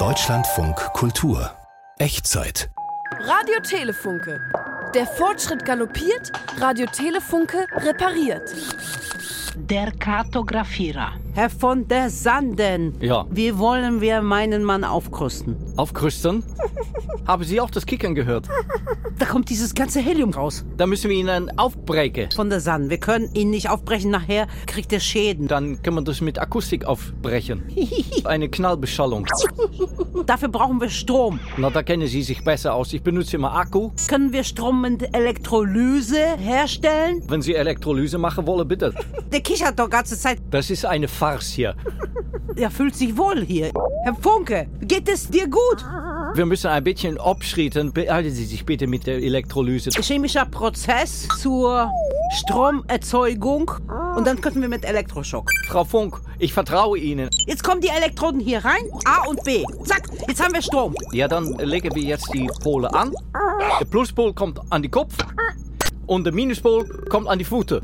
Deutschlandfunk Kultur. Echtzeit. Radio Telefunke. Der Fortschritt galoppiert, Radio Telefunke repariert. Der Kartografierer. Herr von der Sanden. Ja. Wie wollen wir meinen Mann aufkosten? Auf Christian? Haben Sie auch das Kickern gehört? Da kommt dieses ganze Helium raus. Da müssen wir Ihnen aufbrechen. Von der Sanden. Wir können ihn nicht aufbrechen. Nachher kriegt er Schäden. Dann kann man das mit Akustik aufbrechen. Eine Knallbeschallung. Dafür brauchen wir Strom. Na, da kennen Sie sich besser aus. Ich benutze immer Akku. Können wir Strom mit Elektrolyse herstellen? Wenn Sie Elektrolyse machen wollen, bitte. Der kichert doch ganze Zeit. Das ist eine Farce hier. Er fühlt sich wohl hier. Herr Funke, geht es dir gut? Wir müssen ein bisschen abschreiten. Beeilen Sie sich bitte mit der Elektrolyse. Chemischer Prozess zur Stromerzeugung. Und dann könnten wir mit Elektroschock. Frau Funk, ich vertraue Ihnen. Jetzt kommen die Elektroden hier rein. A und B. Zack, jetzt haben wir Strom. Ja, dann legen wir jetzt die Pole an. Der Pluspol kommt an die Kopf. Und der Minuspol kommt an die Füße.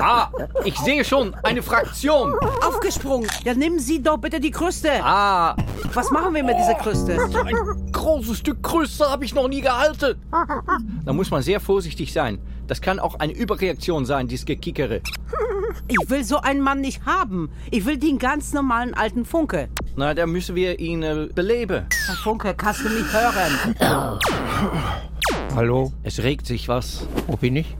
Ah, ich sehe schon, eine Fraktion. Aufgesprungen. Ja, nehmen Sie doch bitte die Krüste. Ah, Was machen wir mit dieser Krüste? ein großes Stück Krüste habe ich noch nie gehalten. Da muss man sehr vorsichtig sein. Das kann auch eine Überreaktion sein, dieses Gekickere. Ich will so einen Mann nicht haben. Ich will den ganz normalen alten Funke. Na, da müssen wir ihn äh, beleben. Herr Funke, kannst du mich hören? Hallo, Es regt sich was. wo bin ich?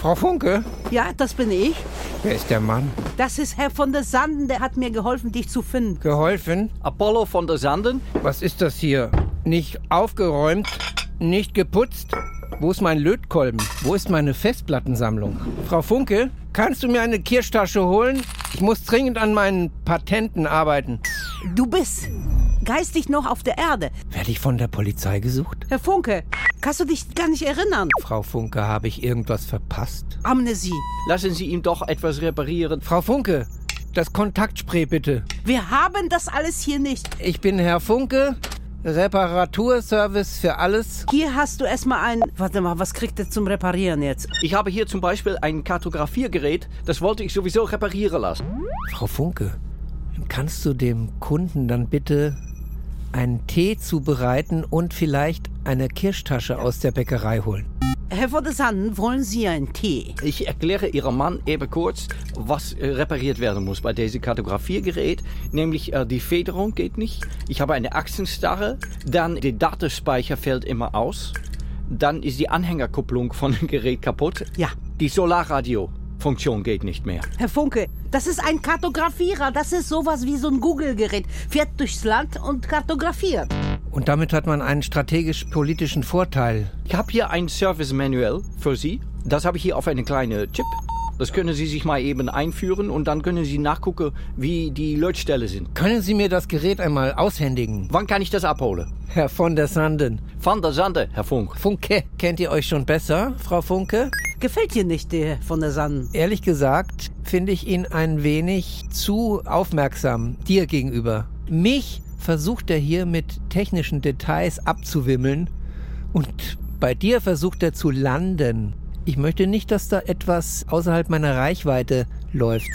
Frau Funke? Ja, das bin ich. Wer ist der Mann? Das ist Herr von der Sanden, der hat mir geholfen, dich zu finden. Geholfen? Apollo von der Sanden? Was ist das hier? Nicht aufgeräumt, nicht geputzt? Wo ist mein Lötkolben? Wo ist meine Festplattensammlung? Frau Funke, kannst du mir eine Kirschtasche holen? Ich muss dringend an meinen Patenten arbeiten. Du bist geistig noch auf der Erde. Werde ich von der Polizei gesucht? Herr Funke, kannst du dich gar nicht erinnern? Frau Funke, habe ich irgendwas verpasst? Amnesie. Lassen Sie ihn doch etwas reparieren. Frau Funke, das Kontaktspray bitte. Wir haben das alles hier nicht. Ich bin Herr Funke, Reparaturservice für alles. Hier hast du erstmal ein. Warte mal, was kriegt er zum Reparieren jetzt? Ich habe hier zum Beispiel ein Kartografiergerät. Das wollte ich sowieso reparieren lassen. Frau Funke, kannst du dem Kunden dann bitte einen Tee zubereiten und vielleicht eine Kirschtasche aus der Bäckerei holen? Herr von der Sanden, wollen Sie einen Tee? Ich erkläre Ihrem Mann eben kurz, was äh, repariert werden muss bei diesem Kartografiergerät. Nämlich äh, die Federung geht nicht. Ich habe eine Achsenstarre. Dann der Datenspeicher fällt immer aus. Dann ist die Anhängerkupplung von dem Gerät kaputt. Ja. Die Solarradio-Funktion geht nicht mehr. Herr Funke, das ist ein Kartografierer. Das ist sowas wie so ein Google-Gerät. Fährt durchs Land und kartografiert. Und damit hat man einen strategisch-politischen Vorteil. Ich habe hier ein Service Manual für Sie. Das habe ich hier auf eine kleine Chip. Das können Sie sich mal eben einführen und dann können Sie nachgucken, wie die Lötstelle sind. Können Sie mir das Gerät einmal aushändigen? Wann kann ich das abholen? Herr von der Sanden. Van der Sande, Herr Funk. Funke, kennt ihr euch schon besser, Frau Funke? Gefällt dir nicht, der Herr von der Sanden? Ehrlich gesagt finde ich ihn ein wenig zu aufmerksam dir gegenüber. Mich versucht er hier mit technischen Details abzuwimmeln und bei dir versucht er zu landen. Ich möchte nicht, dass da etwas außerhalb meiner Reichweite läuft.